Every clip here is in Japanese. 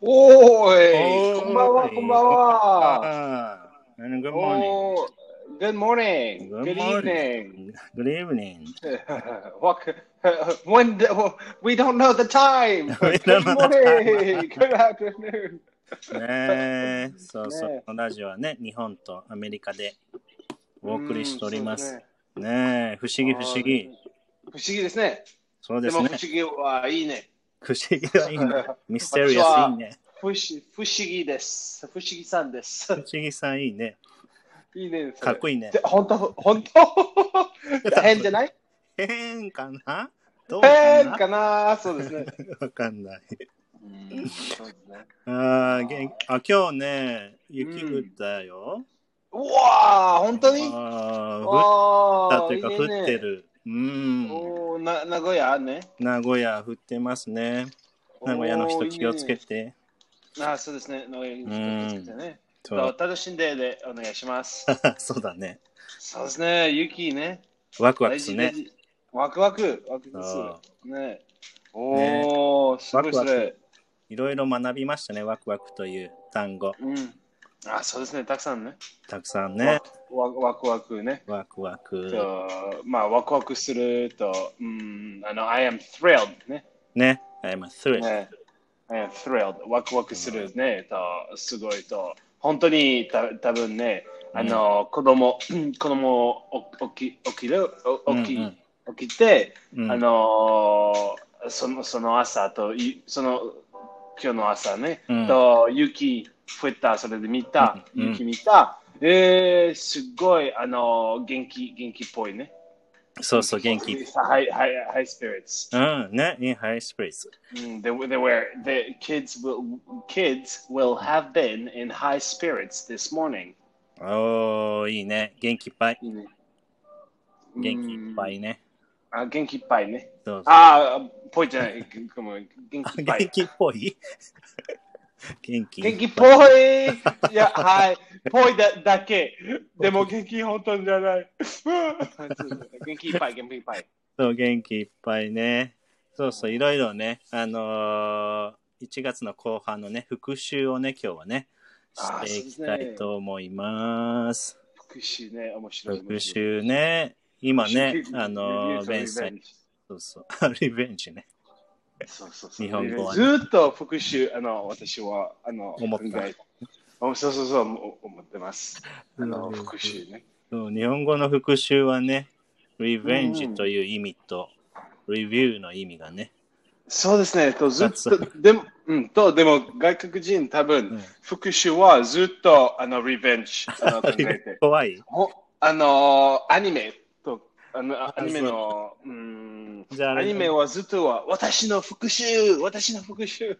おーおい、ーいこんばんは、こんばんは。 Ah, and good morning. おー Good morning, Good good evening. morning. Good evening. What, when the, we don't know the time. We Good don't know the morning, good afternoon. ねえ、そうそう、ねえこのラジオはね、日本とアメリカでお送りしておりますうん。。ねえ、不思議不思議。そうですね不思議ですね。そうでですも不ね思。議はいいね。不思議はいいね。 ミステリ私アはスいいね。不思不思議です。不思議さん です不。思議さんいいね。いいね。かっこいい。いいね。で本当本 当変じゃない変かなどうか変なかなそうですね。わかんない。うんそうですね。あー元気あ今日ね、雪降ったよ。うわー、本当にあー降っあたあというか、いい降ねってる。うん。おーな名古屋ね。名古屋降ってますね。名古屋の人気をつけて。て。あーそうですね。名古屋の人気をつけてね。そそうう 楽しんででお願いします。そうだね。そうですね。雪ね。ワクワクする大ね事。大事ワクワク。ワクワクすそる。ね。おお、すごいそワクワれク。ういろいろ学びましたね、ワクワクという単語。うん。あ、そうですね。たくさんね。たくさんね。わワクワクね。ワクワク。とまあ、ワクワクすると、うん、あの、I am thrilled ね。ね。I'm thrilled. ね I am thrilled。ワクワクするね。と、すごいと、本当にた多分ね、あの、子供、 うん子供お起き、起きる、お起き、うん起きて、うんあのーその、その朝と、いその、今日の朝ね、うんと、雪降った、それで見た、うんうん雪見た、えー、すごい、あのー元気、元気っぽいね。そうそう、元気。 High, high, high spirits. うん、ね。In high spirits. Mm, they, were- they were the kids will kids will have been in high spirits this morning. おー、いいね。元気いっぱい。元元気 Mm. いっぱいね。あ元気いっぱいね。そうそうああ、ぽいじゃない。ごめん元気いっぱ 元い。気っぽい 元気元気っぽい。いや、はい。ぽいだだけ。でも元気本当じゃない。元気いっぱい、元気いっぱい。そう、元気いっぱいね。そうそう、いろいろね、あのー、1月の後半のね、復習をね、今日はね、あしーていきたいと思います。復習ね、面白い。復習ね、今ね復、習あのー、ベンさん、。そうそう、 リベンジね。そうそうそう日本語はずねーっと復習、あの、私は、あの、思った考えおそうそうそう、お思ってます。あの、うん復習ね。そう日本語の復習はね、リベンジうんという意味と、レビューの意味がね、そうですね、とずっそと、でも、うん、と、でも、外国人、多うん分、復習はずっと、あの、リベンジ、あの、考え て。 怖いほあの、アニメと、あの、あアニメの、うん、じゃああアれ、ニメはずっとは、私の復讐私の復讐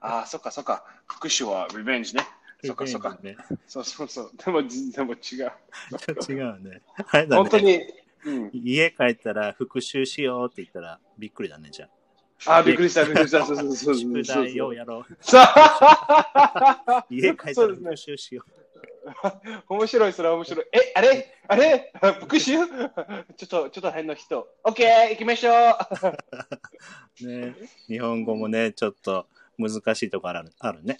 ああ、そっかそっか。復讐はリベンジね。そっかそっか。リベンそうそうそう。でも、じでも違う。ジね。 違うね。あれだね本当に。うん、家帰ったら復習しようって言ったらびっくりだねじゃあ、びっくりした、びっくりした。そうそうそあ。うそう宿そう題をやろう。そう。家帰ったそらうですね復習しよう。面白い、それは面白い。え、あれあれ復讐ちょっと、ちょっと変な人。オッケー、行きましょう。ね、日本語もね、ちょっと難しいところあるあるね。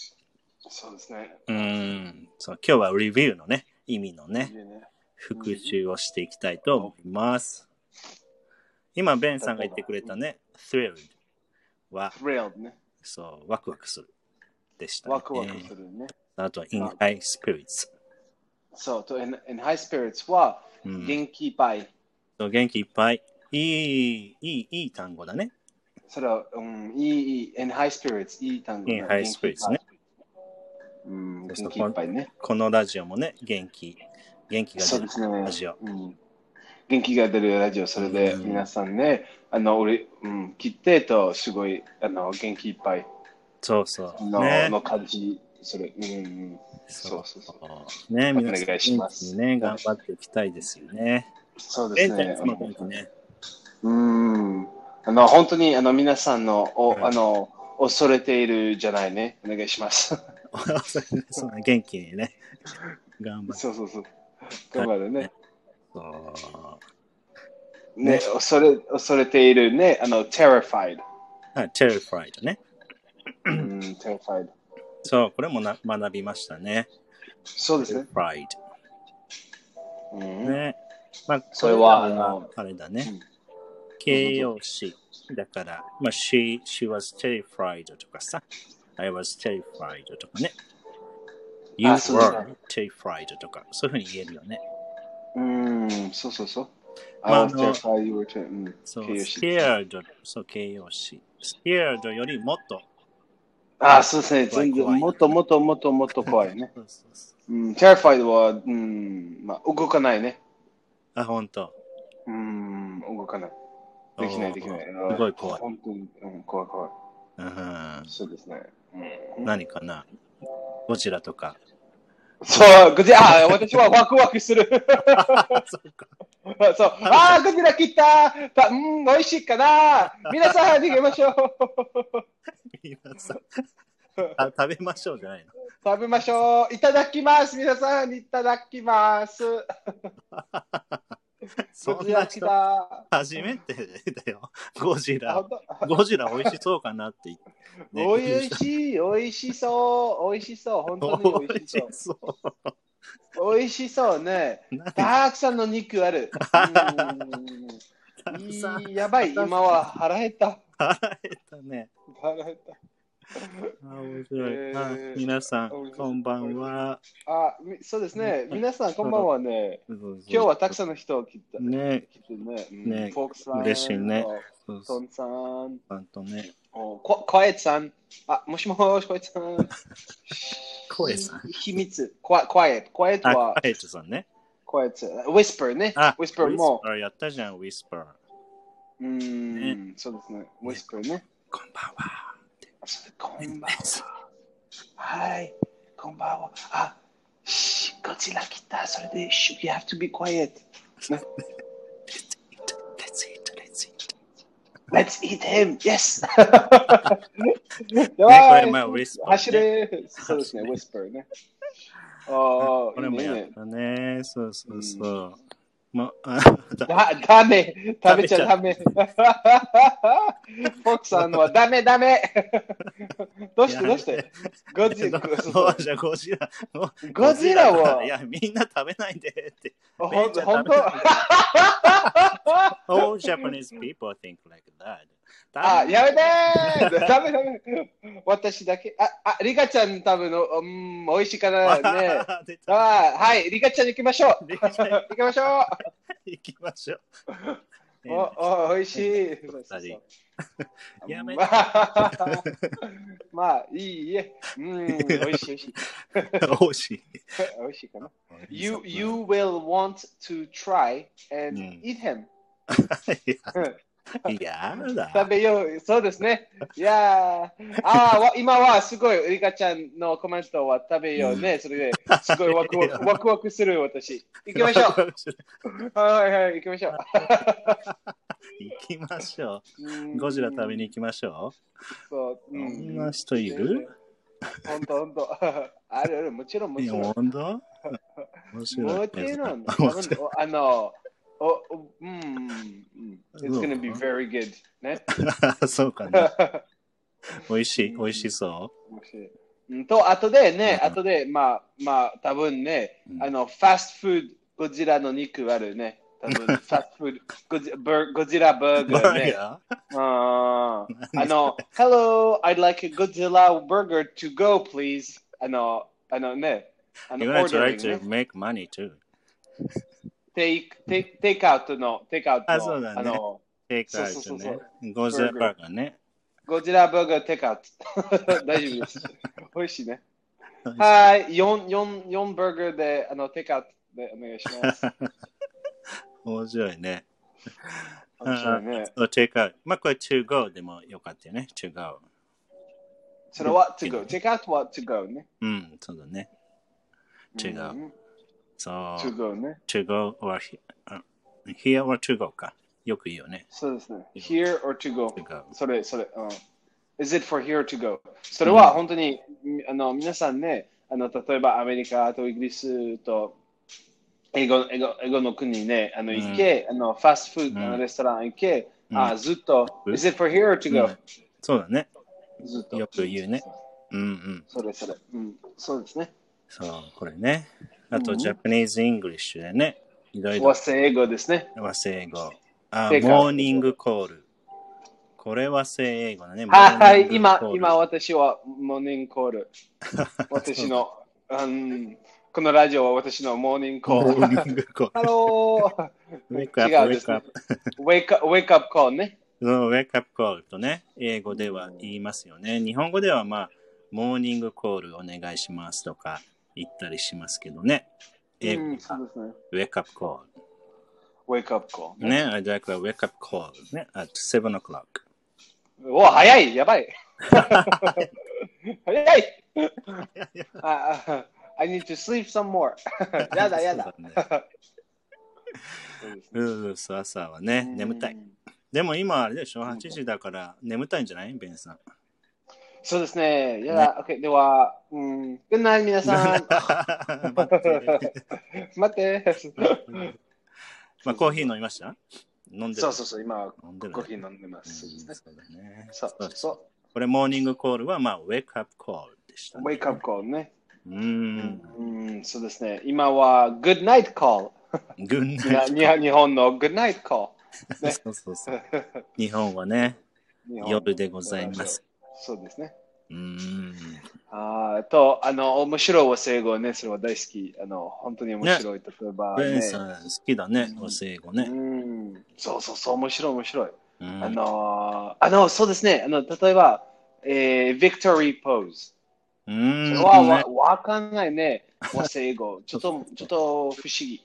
そうですね。うん。そう、今日はレビューのね、意味のいいね、ね復習をしていきたいと思います。今、ベンさんが言ってくれたね、thrilled は、 thrilled ね。そう、ワクワクする。でした、ね。ワクワクするね。あとは、in high spirits。そう、と、in, in high spirits はうん元気いっぱい。そう元気いっぱい。いい、いい、いい単語だね。それは、うん、いい、いい、in high spirits、いい単語。 in high spirits ね。。うん、元気いっぱいね。このラジオもね、元気、元気がそうで出るすね。ラジオ。うん、元気が出るラジオ、それでうん皆さんね、あの、俺、うん、切ってと、すごい、あの、元気いっぱいそうそう。の,、ね。の感じ、それ、うんうん、そうそうそう。そう。ね、皆さん、お願いします元気にね、頑張っていきたいですよね。そうでベすンちゃん、いねつ。も元気ね。 うん。あの、本当に、あの、皆さんの、おうんあの、恐れているじゃないね。お願いします。そうね元気にね。頑張って。そうそうそう。頑張るね。そうね、恐れ、恐れているね、あの、terrified。 あ、terrified ね。うんうん、terrified。そう、これもな学びましたね。そうですね。 terrified。うん、ね。まあ、それはこあのあれだうねん。形容詞だから、まあ、she, she was terrified とかさ、I was terrified とかね。You あそうだ were terrified とか、そういうふうに言えるよね。うん、そうそうそう。まあ I was terrified, you were terrified. うんそう、形容詞 scared、そう、形容詞。scared よりもっと。あ、そうですね。怖い全怖い然、もっともっともっともっと怖い ね。そうそうそううん、terrified は、うん、まあ、動かないね。あ、本当。うん、動かない。できない、できない。すごい怖い。本当に、うん、怖い怖い。うん、そうですね。うん、何かなゴジラ とか。そう、グジラ、あ、私はワクワクする。 そうか。そう、あー、グジラ切ったた、うん、美味しいかな皆さん、逃げましょう皆さんあ食べましょうじゃないの。食べましょういただきます皆さん、いただきますそグんジなラ切っ人た初めてだよ。ゴジあラ。本ゴジラ美味しそうかなって 言って。当おいしい、おいしそう、おいしそう、本当においしそ。美味しそうおいしそうね。う。何たくさんの肉あ る。うくさんーんいいやばい、今は腹減った。腹減ったね。腹減った。あ面白い、えーあ皆さん面白、いこんばんは。あ、みそうですね。うん皆さん、こんばんはね。今今日はたくさんの人を来た。ね、来てね。うんねフォークさん。嬉しいねそうあトそうンさん。ちゃんとね、おこコエツさん。あ、もしもし、コエツさん。声さん。ひ秘密。コエコエット。コエットあは、エイトさんね。コエット。ウィスパーね。ウあ、ィスパーも。Ah, Whisper やったじゃん、ウィスパー。うーん、そうですね。ウィスパーね。こんばんは。あそれこんばんは。はい、こんばんは。あ、しこちら来た。それで、シュ you have to be quiet. Let's eat, let's eat. Let's eat him! Yes! やね、これ、まあ、ウィスパー、ね。走れそうですね、ウィスパーね。あこあ、れいいもやっね。たね。そうそうそう。まあ、だだダメ食べちゃダメ フォックさんはダメダ メどうしてどう してゴジラ、そうじゃあゴジラ。ゴゴジラ はいや、みんな食べないでって。ほんめっちゃ本当食べた All Japanese people think like that. あ、やめて ーダメダメ私だけ。あ、あ、リカちゃん多分の、うん、美味しいかな ね。出あたはい、リカちゃん行きましょう リカちゃん行きましょう行きましょう。 お、お、美味しい。二人やめてまあ、 まあ、いいえ。うん、美味しい、美味しい。おいしい。美 味しいかな。You, you will want to try and うん eat him. いや、やだ食。べよう。そうですね。いやーあーわ今はすごい、リカちゃんのコメントは食べようね。それで、すごいワク ワクワクワクする私。行きましょ う。はいはい、行きましょう。行きましょうんう。 ゴジラ食べに行きましょそう、う。うこんんな人いる本当本当。 あるある、もちろんもいちやろん。 も本当面ち白い。ろん。面白いあの、おおうんうん。うんどう It's gonna be very good. ね。そうかね。美味しい、美味しそう。面白いうんと、あとでね、うんあとで、まあ、まあ、多分ねう、んあの、ファストフード、ゴジラの肉あるね。多 分ファストフード、ゴジバーゴジラバーバガーーね。ガあーあ何 の、Hello, I'd like a Godzilla burger to go, please. あの、あのね、あーの、 You wanna try ordering ね to make money too. テイク、テイク、テイクアウトの、テイクアウトの、あそうだねの、テイクアウトね。ゴジラバーガーね。ゴジラバーガーテイクアウト。 大丈夫です。美味しいね。はい、4、四四バーガーで、あの、テイクアウトでお願いし ます。面白いね。面白いね。テイクアウト。まあこれ to go でもよかったよね。to go。それは to go。テイクアウトは to go ね。うん、そうだね。To go うん。そう。 to go ね。 to go or he- あ here or to go か。よく言うよね。そうですね。here or to go to。go。それ、それ。うん。is it for here or to go? それは本当に、みあの、皆さんね、あの、例えばアメリカとイギリスと、英語、英語、英語の国ね、あの、うん行け、あの、ファストフードうのんレストラン行け、うんあ、ずっと、うん is it for here or to go? うんそうだね。ずっと。よく言うね。うんうん。それそれ。うん、そうですね。そう、これね。あうと、んジャパニーズ・イングリッシュでね。いろいろ和製英語ですね。和製英語。あ、てかモーニングコール。これは製英語だね。はいはい、モーニング今コー、ル今。私はモーニングコー ル。私の、うん、このラジオは私のモーニングコモール。ーニングコーハロール。ウェイクアッ違プ、うウェでイすクアねップ。。ウェイクアップコールね。そのウェイクアップコールとね、英語では言いますよね。日本語ではまあ、モーニングコールお願いしますとか言ったりしますけどね。英語うでん、そうはですね。ウェイクアップコウェイクアップコール。ね、I'd like a wake up call ね、at 7 o'clock。ール。お、早いやば い早いああ I need to sleep some more. やだやだ。そうね。 うんうん、そう朝はね、眠たい。。でも今あれでしょ、8時だから眠たいんじゃないベ ンさん。そうですね。やだ。OK。では、うん。Good night 皆さん。待って待って。まあ、コーヒー飲みました飲んでるそうそうそう、今、飲んでるコーヒー飲んでます。そうですうねんそうそうだね。そうそこれ、モーニングコールは、まあ、ウェイクアップコールでした、う。ウェイクアップコールね。う。うんん、そうですね。今は、Good night call。グッいやナイに日本の Good night call。ト。そうそうそう。日本はね、日本夜でございます。そうですね。うん。あーと、あの、面白い和製語ね、それは大好き。あの、本当に面白い。例えば、ベねンさん、好きだね、うんお英語うね。ん、そうそうそう、面白い、面白い。うあん。のー、あの、そうですね。あの、例えば、えー、Victory Pose。うん。わ、ねわ、わかんないね。和製 語。ちょっと、ちょっと不思議。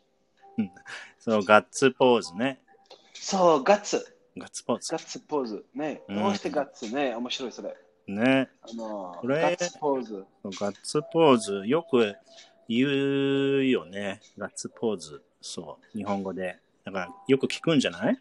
そう、ガッツポーズね。そう、ガッツ。ガッツポーズガ。ッツポーズ。ね。うんどうしてガッツね。面白いそれ。ね。あのこー、れガッツポーズ。ガッツポーズ、よく言うよね。ガッツポーズ。そう、日本語で。だから、よく聞くんじゃない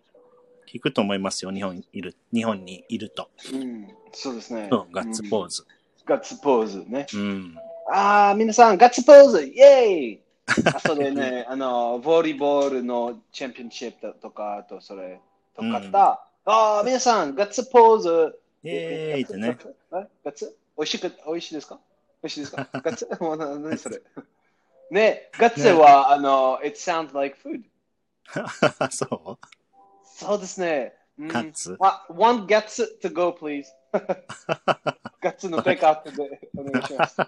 聞くと思いますよ、日本いる日本にいると。うん。そうですね。そう、ガッツポーズ。ズ。ガッツポーズね。うん。あー、皆さん、ガッツポーズイェ イあとでね、あの、ボーリボールのチャンピオンシップだとか、あとそれ、とかった。あー、皆さん、ガッツポーズイェーイってね。。あガッツ美味しく、美味しいですか美味しいです かガッツもうな何それね、ガッツは、あの、it sounds like food. そそうですね。うんガッツわ One guts to go, please. ガッツのテイクアウトでお願いし ます。う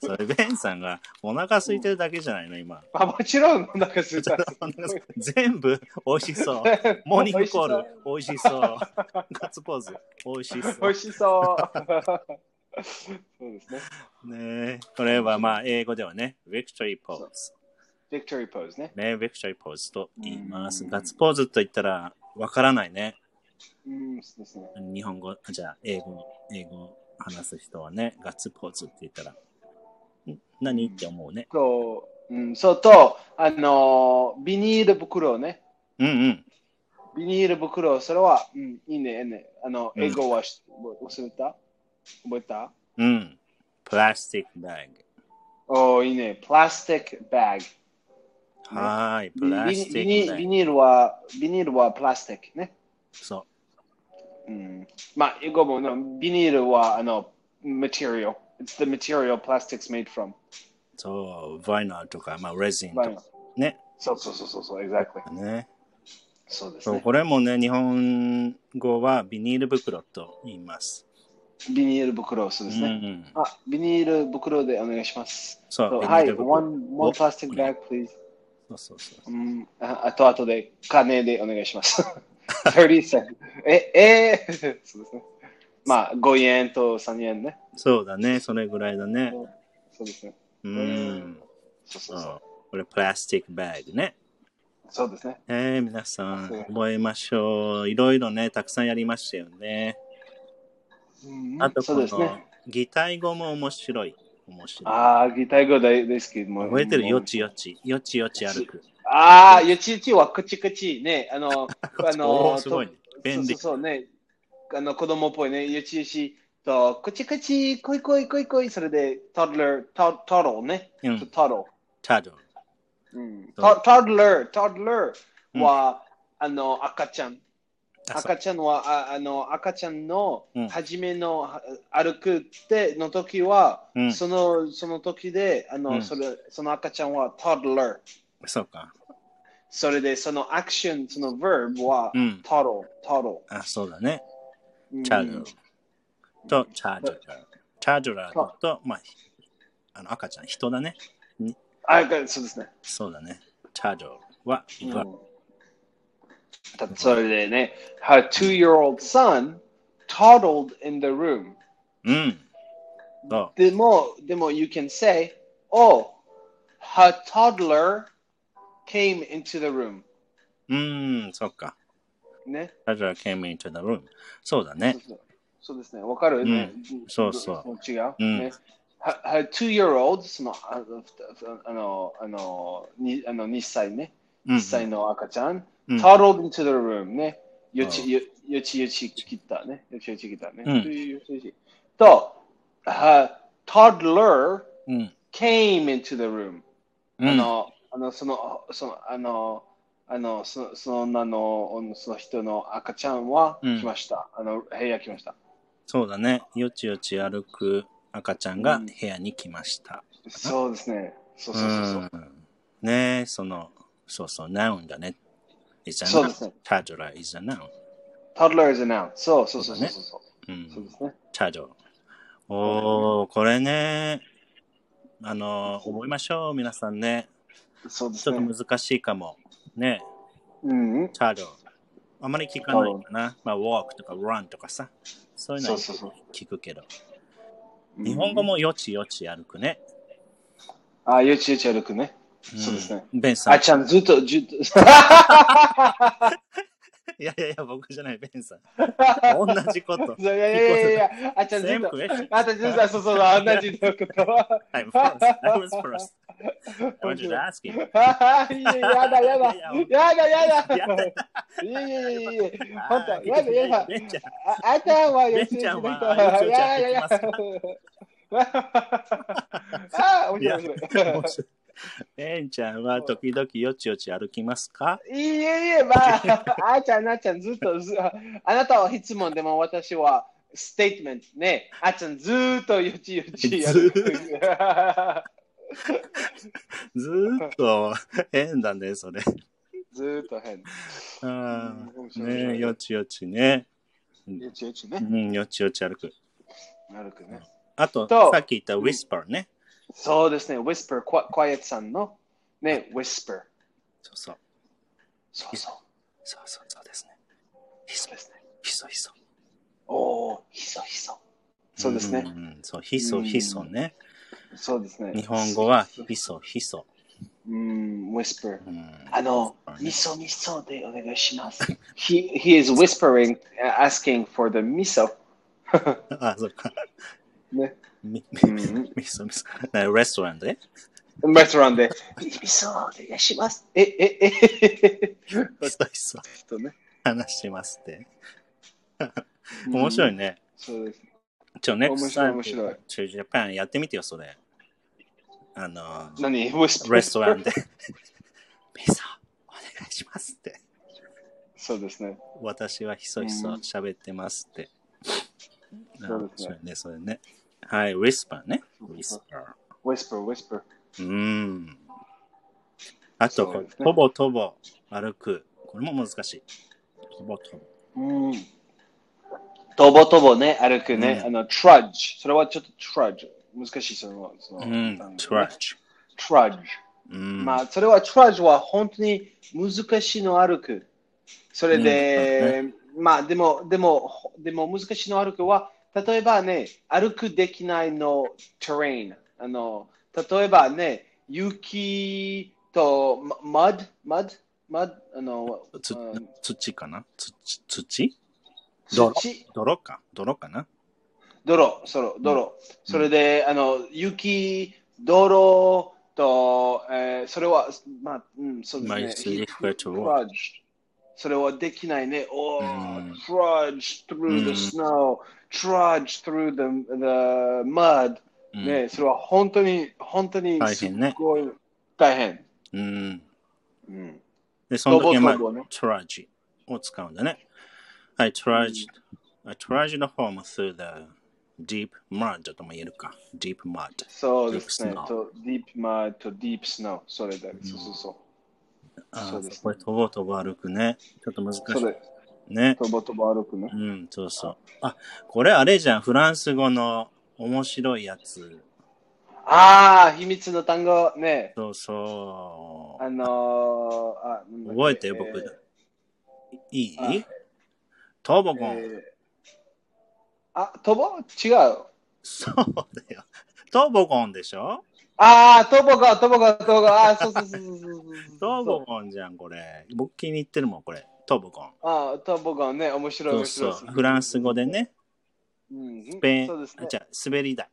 それ、ベンさんがお腹空いてるだけじゃないの、今。あ、もちろん、お腹すいた。お腹空い全部美味し そう。モーニングコール、美味しそう。ガッツポーズ、美味しそ美う。味しそう。そうですね。ねえこれはまあ、英語ではね、Victory Pose。 Victory pose ね。ね、ビクトリーポーズと言います。うんガッツポーズと言ったらわからないね。うん、そうですね。日本語、じゃあ英語、英語話す人はね、ガッツポーズって言ったら、ん何って思うね。と、うん、そうと、あの、ビニール袋ね。うんうん。ビニール袋、それは、うん、いいね、いいね。あの、うん英語はし忘れた覚えたうん。プラスティックバッグ。おー、いいね。プラスティックバッグ。はーい、ビプラニステビニィックバビッグ。ニールは、ビニールはプラスティックね。そうん。まあ、英語もな、ビニールは、あの、material。It's the material plastics made from. う、そう、バイナーとか、まあ、レジンとかね。そうそうそうそうそう、exactly。ねそうですそうね。これもね、日本語はビニール袋と言います。ビニール袋、そうですうね。ん、あ、ビニール袋でお願いします。そう、そうビニはーい、ル袋。 one, one plastic bag, please. そうそうそう。うん、ああとあとで金でお願いします。30セント。え、えー そうですね。まあ、5円と3円ね。そうだね、それぐらいだね。そうですね。ううんん。そうそうそう。そうこれ、プラスティックバッグね。そうですね。えー、皆さん、そう覚えましょう。いろいろね、たくさんやりましたよね。うんあと、そこうですのね。、擬態語も面白い。面白い。ああ、擬態語大大好き。もう覚えてるもうよちよち。よちよち歩く。ああ、よちよちはくちくち。ね、あの、あおの、ーすごいね。 便そう利。そうそうね。あの子供っぽいね。よちよちと、こちこち、こいこいこいこい。それで、トドラー、トトローね。うトん。トロタドル。ー。うん。そうトトドラー、トドラーは、あの、赤ちゃん。あそう赤ちゃんはああの赤ちゃんのうん初めのは歩くっての時は、うんそのその時であの、うんそれその赤ちゃんは toddler そうか。それでそのアクションその verb は、うん toddle toddle あ、そうだね。うんチャドルとチャージュラー。チャージュラーと、まあ、ひあの赤ちゃん、人だね。あそうですね、そうだね。チャージュラーは、うんわたそれでね her two year old son toddled in the room うん。そでも、でも、you can say, oh, her toddler came into the room. う。うん、そっか。ね。チャージュラー came into the room。そうだね。そうそうですね。わかるね。。そうそう違う。うんね her her two-year-old、その、あの、あの、あの、にあの2歳ね。うん1。歳の赤ちゃん、うん toddled into the room ね。ようちんよよちよち切ったね。よちよち切ったね。うんよちよちと、her toddler うん。 came into the room. うんあの、あの、その、その、あの、あの、その、その女の、あのその人の赤ちゃんはうん来ました。あの、部屋来ました。そうだね。よちよち歩く赤ちゃんがうん部屋に来ました。そうですね。そうそうそうそう。うんねえ、その、そうそう、ナウンだね。is a そう noun. ですねチャージュラー is a noun. toddler is a noun. そうそうそうそうそう。うそうでん。すね。チャージュラー。おー、これね。あの、覚えましょう、皆さんね。そうでちすょっね。と難しいかも。ねえ。うん。チャージュラー。あまり聞かないかな。まあ、walk とか run とかさ。そういうのそはうそうそう。聞くけど。うん日本語。もよちよち歩くね。あ、よちよち歩くね。んそうですね。ベンさんあ。ちゃんずっと、ずっと。 いやいやいや、僕じゃない、ベンさん。同じ こと。いやいやいやいや、 あちゃんずっ Same と。 question. あちゃんずっと、そうそう、 同じのことは。 I'm first. I was first. I was just asking. あ ーいややだやだやだやだやだいやいやいやいやあー本当やだやだベンちゃんああちゃんはベンちゃんはよちよちだいやいやいやよちよ あー面白い面白面白いベンちゃんは 時々よちよち歩きますかいいいえいえまああーちゃんあーちゃんずっとずあなたは質問でも私はステートメントねあーちゃんずーっとよちよちやるずずーっと変だね、それ。 ずーっと変あ面白い面ー白ねいよちよちね。よちよちうねん、よちよち歩く。なるくねあと、とさっき言った whisper ね。そうですね、Whisper、クワクワイエットさんの、ね、Whisper。そうそう。そうそう、そうそうそうですね。ひそそうですね。ひそひそ。おお、ひそひそ。そうですね、ん。そう、ひそひそね。そうですね。日本語はひそひそ。うん、Whisper。うんあのそう、ねみそみそでお願いします。he, he is whispering, uh, asking for the み そ。あ、そっか。ね。み、うんみ、みそみそ。なレストランレでストランで、みそお願いします。え、え、え、え、ひそひそとね。話しますって。面白いね。ね。そうです。ちょ、ネク面ス白いト面白い to Japan やってみてよ、それ。あの、何 ?Whisper。レストランで。みそ、お願いしますって。そうですね。私はひそひそ喋ってますって。んあ面白いね、それね。はい、whisper ね。whisper。 Whisper、Whisper。うん。あと、そうですねとぼとぼ歩く。これも難しい。とぼとぼ。うんとぼとぼね、歩くね。うんあの、trudge。それはちょっと trudge。難しい、その、その、うん、trudge。 trudge。うん。まあ、それは trudge は本当に難しいの歩く。それで、まあ、でも、でも、ほでも難しいの歩くは、例えばね、歩くできないの terrain。あの、例えばね、雪と mud、mud、mud、あの、つうん土かな土土泥土。泥か泥かな泥、それ、泥。それで、あの、雪、泥と、えーそれは、まあ、うん、そうまあで一す緒にね。これと Trudge それはできないね。おうーん trudge う through ん the snow, trudge through the, the mud. うんね、それは本当に、本当に、大変ねすごい大変。うん。うんで、その時はまあとぼとぼね、 trudge を使うんだね。 I trudged, I trudged home through the deep mud とも言えるか。deep mud。そうですね Deep snow。と、ディープマーとディープスノー。それだけ。そうそうそあそうあ、ですねそこへ飛ぼう飛ぼう歩くね。ちょっと難しう。それ、いね。とぼとぼ歩くねう。ん、そうそう。あ、これあれじゃん。フランス語の面白いやつ。ああ、秘密の単語ね。そうそあのー、あなんう。だっけ覚えてるえ僕ー。いいあトボゴン。えーあ、とぼ違う。そうだよ。トボゴンでしょああ、トボが、トボが、トボが、あーそうそうそうそうそうそう。トボゴンじゃん、これ。僕気に入ってるもん、これ。トボゴン。ああ、トボがね、面白い、そ面白うそ。。いうフランス語でね。うん、ススペイン、そうですねあ。じゃあ滑り台、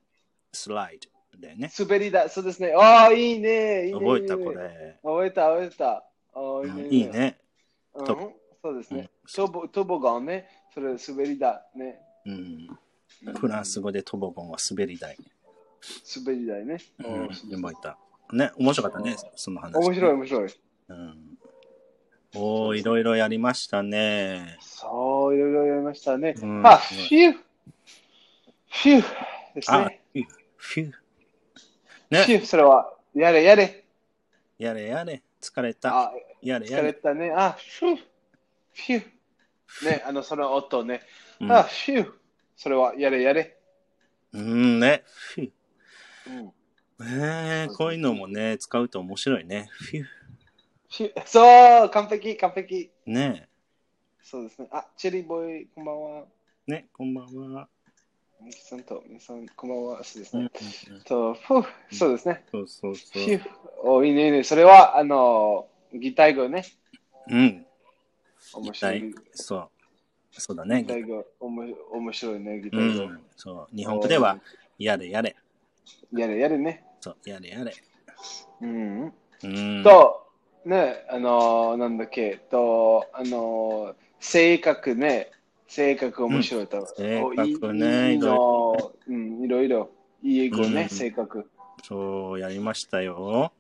スライドだよね。滑り台、そうですね。ああ、いいね。いいね覚えたこ。れ。覚えた、覚えた。ああ、いいね。いいね。うんとそうですうんね。トボ、トボがね、それ滑り台ね。うん。フランス語でトボゴンは滑り台。滑り台ね。ううんん。覚えた。ね、面白かったね、その話。面白い、。面白い。うん。おお、いろいろやりましたね。そう、いろいろやりましたね。うんあ、フィュフィュですあね。、フュフュフね、ィュそれは、やれやれ。やれやれ、疲れた。あ、やれや疲れれ。たね。あ、フィュフィュね、あの、その音ね。うんあ、フィュそれは、やれやれ。うん、ね、フュうんえー、こういうのもね、使うと面白いね。フュフィュそう、完璧、完璧。ねそうですね。あ、チェリーボーイ、こんばんは。ね、こんばんは。ミキさんと、皆さん、こんばんは。そうですうんうんうねん。と、ふうそうですね。そうそうフそィうュ。お、いいね、いいね。それは、あの、擬態語ね。うん。面は白いい。。そう。そうだね擬。態語、おも面白いね、擬う態語。ん。そう。日本語では、やれやれ。やれやれね。そう、やれやれ。うん。うん。と、ね、あのー、なんだっけ、と、あのー、性格ね、性格面白いと。うんおいい性格ねいいの、うん、いろいろ。いい語ね、うん性格。そう、やりましたよ。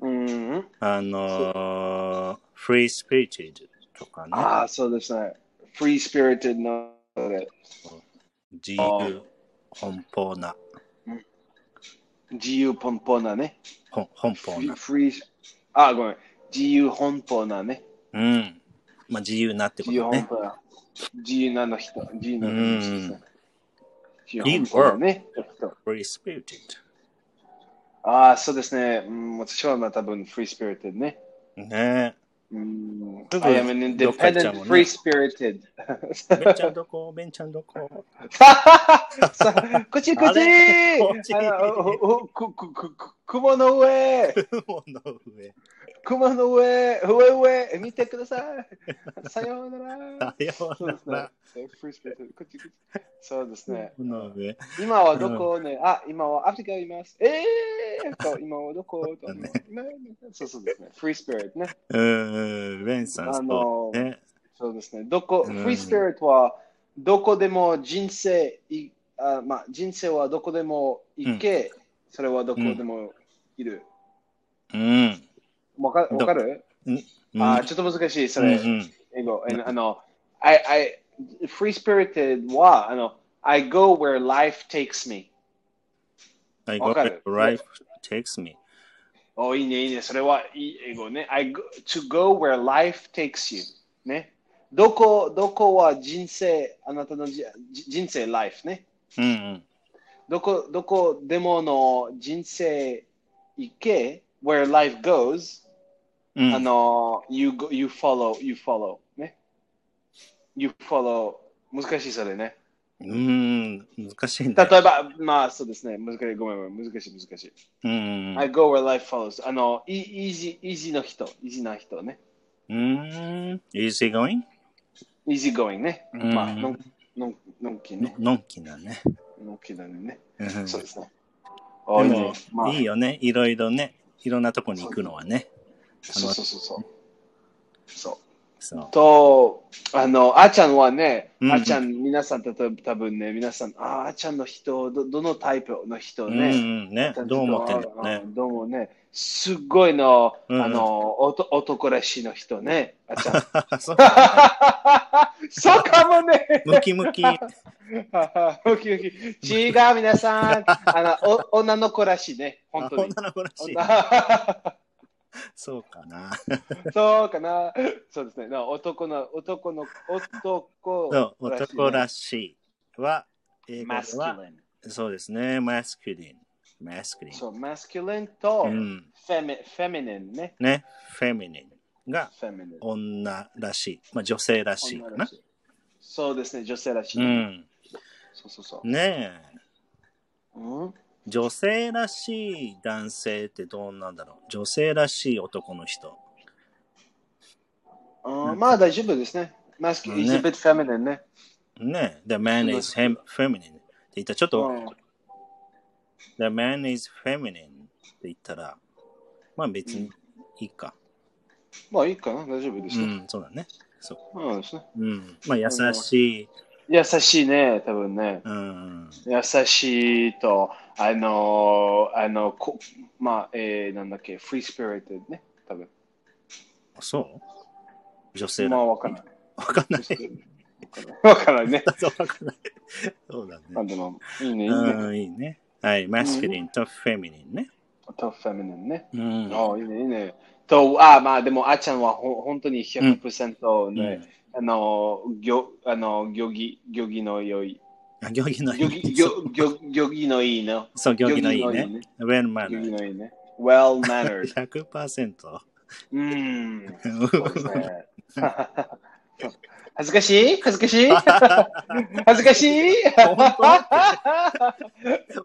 うん。あのー、フリースピリチュとかね。ああ、そうですね。フリースピリティの、それ自由奔放な。自由奔放なね。ほん奔放な。フリー、あー、ごめん。自由奔放なね。うん。まあ、自由なってこ自由と奔ね。放な。自由なの人。自由なの人ですね。自由いい奔放なね。人フリースピリチああ、そうですね。うん、私はまあ多分フリースピリティね。ュねうん。すぐ I am an どっか行っちゃう independent もんね free spirited. え。ベン ちゃんどこベンちゃんどこさあこっちこっあれちこっちあのおおくくくく雲の上雲の上。雲の上上上見てくださ いさようならさよそううですねなら。。 free spirited こっちこっちそうですね。雲の上。今はどこね、あ、今はアフリカにいます。えーと、今はどこと、そうだ今そうそうですね。フリースピリットね。うーん、ベンさん、あそのうね。そうですね。どこ、うフんリースピリットは、どこでも人生い、あまあ、人生はどこでも行け、それはどこでもいる。うん。わかどわかる、うんあちょっと難しい、それ、うんうん英語。あの、I, I, free spirited は、あの、I go where life takes me. I わ go かる where life takes me. お、いいね、いいね。それはいい英語ね。I go, to go where life takes you. ね。どこ、どこは人生、あなたのじじ人生、life ね。うんうん。どこ、どこでもの人生行け、where life goes、うんあの、you, go, you follow, you follow ね。you follow 難しいそれね。うーん、難しいね。例えば、まあそうですね。難しい、ごめん、ごめん難しい、難しい。うん。 I go where life follows. あの、イイージー、イージーの人、イージーな人ね。うーん。easy going? easy going ね。うんまあ、のん、のん、のんきね。のんきなね。のんきだね。うんそうですね。あでいいもね。まあ、いいよね。いろいろね。いろんなとこに行くのはね。そうそうそうそう。そそうう。。と、あの、あーちゃんはね、うんあーちゃん、皆さん、例えば多分ね、皆さん、あーあーちゃんの人、ど、どのタイプの人うんうね。んね。どう思ってんのあねー。どうもね、すっごいの、うん あの、おと男らしいの人ね、あーちゃん。 そうだねそうかもね。ムキムキ。 ウキウキ違う、皆さん。あのお女の子らしいね。本当に。女の子らしい。女そうかな。 そうかな。そうですね。な男の、男の、男そう、らしいね男らしいは、英語マでスキュは、リン。そうですね、マスキュリン。マスキュリン。そう、マスキュリンとうフん。ェミフェミニンね。ね、フェミニンがフェミニン。女らしい、まあ、女性らしいか女らな。しいそうですね、女性らしい。うん。そうそうそう。ねえ。うん、女性らしい男性ってどうなんだろう女性らしい男の人。うんまあ大丈夫ですね。マスキュリン、ね is a bit feminine ね。ねえ。The man is hem- feminine って言ったらちょっと、うん The man is feminine って言ったら、まあ別にいいか。まあいいかな、大丈夫でうすね。ん、そうだね。そう。うんですね、うん、まあ優しい、優しいね、多分ね。うん、優しいと、あの、あの、こまあ、えー、なんだっけ、フリースピリットね、多分。そう女性だ。まあわかんない。 わかんない。 わかんないね。そうわかんない。そうだまあね。でも、いいね、いいね。うん、いいね。はい、マスキュリンとフェミニンね。と、フェミニンね。うん。ああ、いいね、いいね。と、ああ、まあでも、あーちゃんはほ本当に100%うんね、あの、行、あの、行儀、行儀の良 い。あ行儀のい行儀、い。行行行儀のいいの。そう、行儀のいい行儀のいいねね。ウェルマ行儀ナー。のいいね。well mannered. 100%。 うん。そうですね 恥ずかしい恥ずかし い恥ずかしい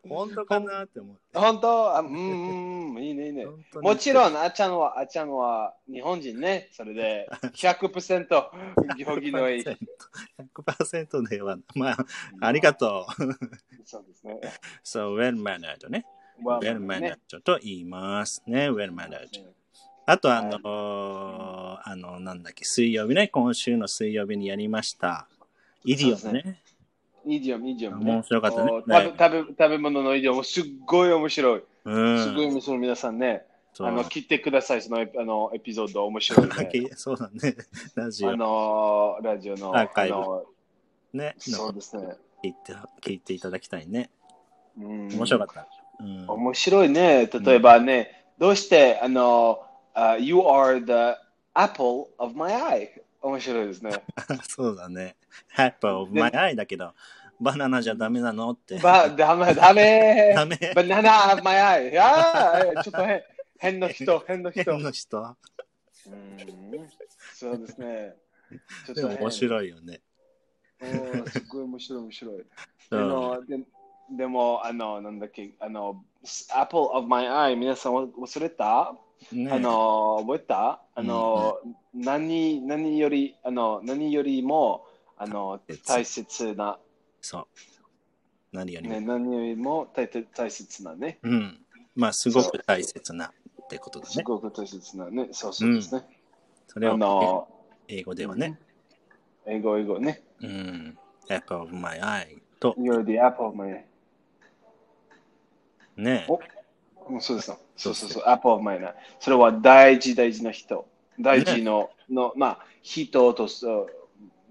本当かなって思って。本当あうん、うんいいね、いいね。本当にもちろん、あっちゃんは、あっちゃんは日本人ね。それで100%行 儀のいい。 100%では、まあ、ありがとう。そうですね。そう、ウェルマナーとね。ウェルマナーねと言いますね。ウェルマナーと。あと、あのーあの、なんだっけ、水曜日ね、今週の水曜日にやりました。イディオそムうでね。イディオム、イディオム、面白かったねお食べ食べ食べ物のイディオム、すっごい面白い。うすごいん。面白い、皆さんね。そうあの、聞いてください、そのエピあのエピソード、面 白い、ね。そうだね。ラジあオのーラジオの、アーカイブあのね、ーそうですね。聞いて聞いていただきたいね。うん面白かった。うん。面白いね。例えばね、どうして、あのーあ You are the apple of my eye。面白いです ね。 そうだね。ハッパーオブマイアイだけど、バナナじゃダメなのって。ば、ダメ、ダダメ。メ。バナナ of my eye。いや ーちょっと変、変の人、変の人。変うの人。んそうですね。ちょっとでも変面白いよね。うんすっごい面白い、面白い。あうん。のででも、あの、なんだっけ、あの、Apple of my eye、皆さん忘れたねあの覚えたあの、何何よりあの何よりもあの大大切な、そう。何よりもね、何よりも大切大切なねうん。まあ、すごく大切なってことだすね。ごく大切なねそうそうですね、それあをの英語ではね。英語英語ねうん。Apple of my eye と、 You're the apple of my ね。おもうそうですよそそううそそううそう apple of my eye それは大事大事な人大事の、のまあ人とそう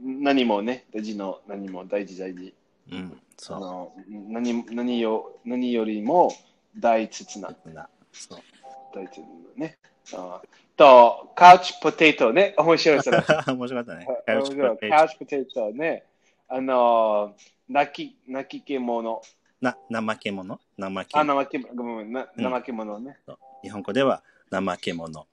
何もね大事の何も大事大事うあん。その何何よ何よりも大切なう。なそう。 大切なね。あと、カウチポテトね。面白いそ れ。面白かったね。面白いカウチポテトね。あの、泣き泣きけ者。な怠け者怠けあ、怠け、ごめんごめん、な怠け者ね。者。日本語では怠け者。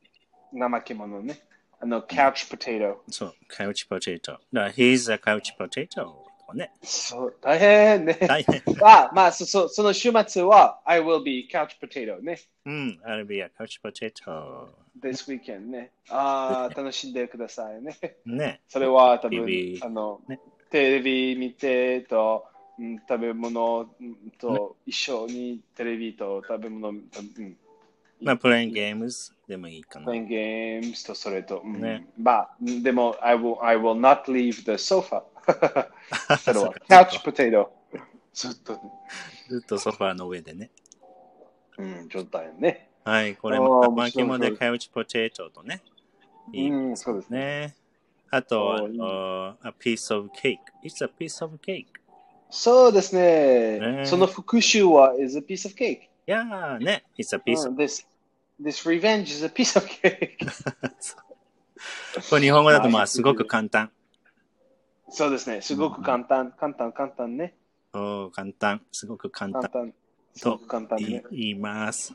怠け者ね。あの、カウチポテト。そう、カウチポテト。だから、He's a couch potato とかね。そう、大変ね。大変。あ、まあ、そそその週末は、I will be couch potato ね。うん、I'll be a couch potato。 This weekend ね。あー楽しんでくださいね。ね。それは多分 TV、あの、ねテレビ見てと、うん、食べ物うんと一緒にテレビと食べ物、うん、まあ、playing games でもいいかな。 playing games とそれと、うんねまあ、うんでも、I will, I will not leave the sofa. それは、couch potato。ずっと、ずっとソファーの上でね。うん、状態ね。はい、これあーも、面巻白い物でカウチポテトとね。いいうん、そうですね。ね。あと、あおーいいの a piece of cake. It's a piece of cake. そうですね。ねその復讐は is a piece of cake. Yeah, ね。It's a piece う of ん this, this revenge is a piece of cake. これ日本語だとまはあいすごく簡単。そうですね。すごく簡単、簡単、簡単ね。おー簡単。すごく簡簡単。単。すごく簡単いね。言います。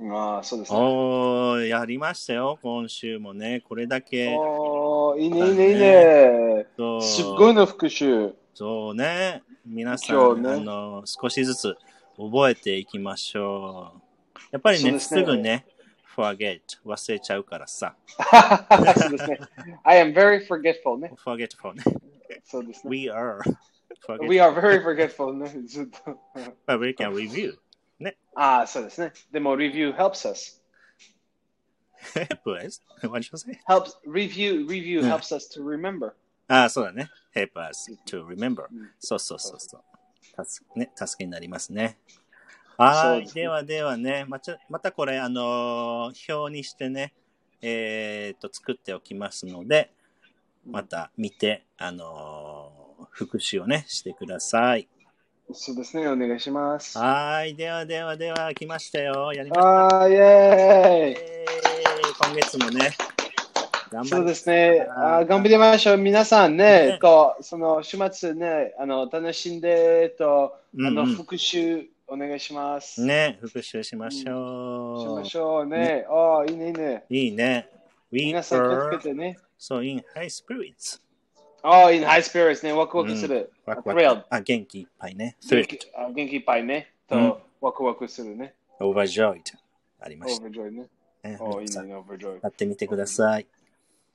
ああ、そうですね。おーやりましたよ。今週もね。これだけ。おーいいね、いいね、いいね。そうすっごいの復讐。 そうね。皆さ今日ん、ねあの、少しずつ覚えていきましょう。やっぱりそうね、ですすねぐね、forget、忘れちゃうからさ。そうですね。I am very forgetful ね。 forgetful ね。そうですね。 We are We are forgetful. very forgetful ね。ずっと。 But we can review. ああ、そうですね。でも、review helps us. help us? What did you say? Helps, review, review うん helps us to remember. ああ、そうだね。help us to remember うん。そうそうそうそう。助け,、ね、助けになりますね。はそうい。ですねではではね、またまたこれ、あのー表にしてね、えーっと、作っておきますので、また見て、あのー復習をね、してください。そうですね。お願いします。あはい。ではではでは、来ましたよ。やりましあー、イた。ェーイ。えー今月もね、頑張そうりですね。ああーー頑張りましょう。皆さんねね、こう、その週末ね、あの、楽しんで、えっと、うんあうの、ん復習お願いします。ね、復習しまししょう。ましょうね。ああ、いいね、いいね。いいね。We 皆さん気をつけて are ね。 so in high spirits. ああ、いいね。ハイスピリッツね。ワクワクする。ワクワ Thrilled ク。あ、元気いっぱいね。元 thrilled, 気あ元気いっぱいね。うんと、ワクワクするね。 overjoyed ありました overjoyed ね。ね。ああ、いい皆さんね、overjoyed や。ってみてください。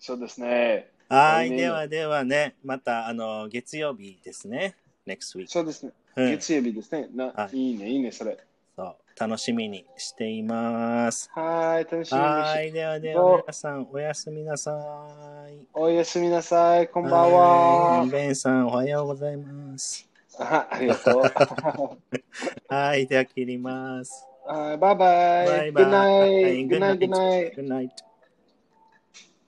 そうですね。はい、いいねではではね、またあの月曜日ですね。next week。そうですね。うん、月曜日ですね。なはいいいね、いいね、それ。そう楽しみにしています。はーい、楽しみにしはて。い、ではでどはう皆さんおやすみなさい。おやすみなさい、ここんばんは。ベンさんおはようございます。 あありがとう。 はい、では切ります。はいバイバイ。 Bye bye. Good night. Good night. Good night. Good night.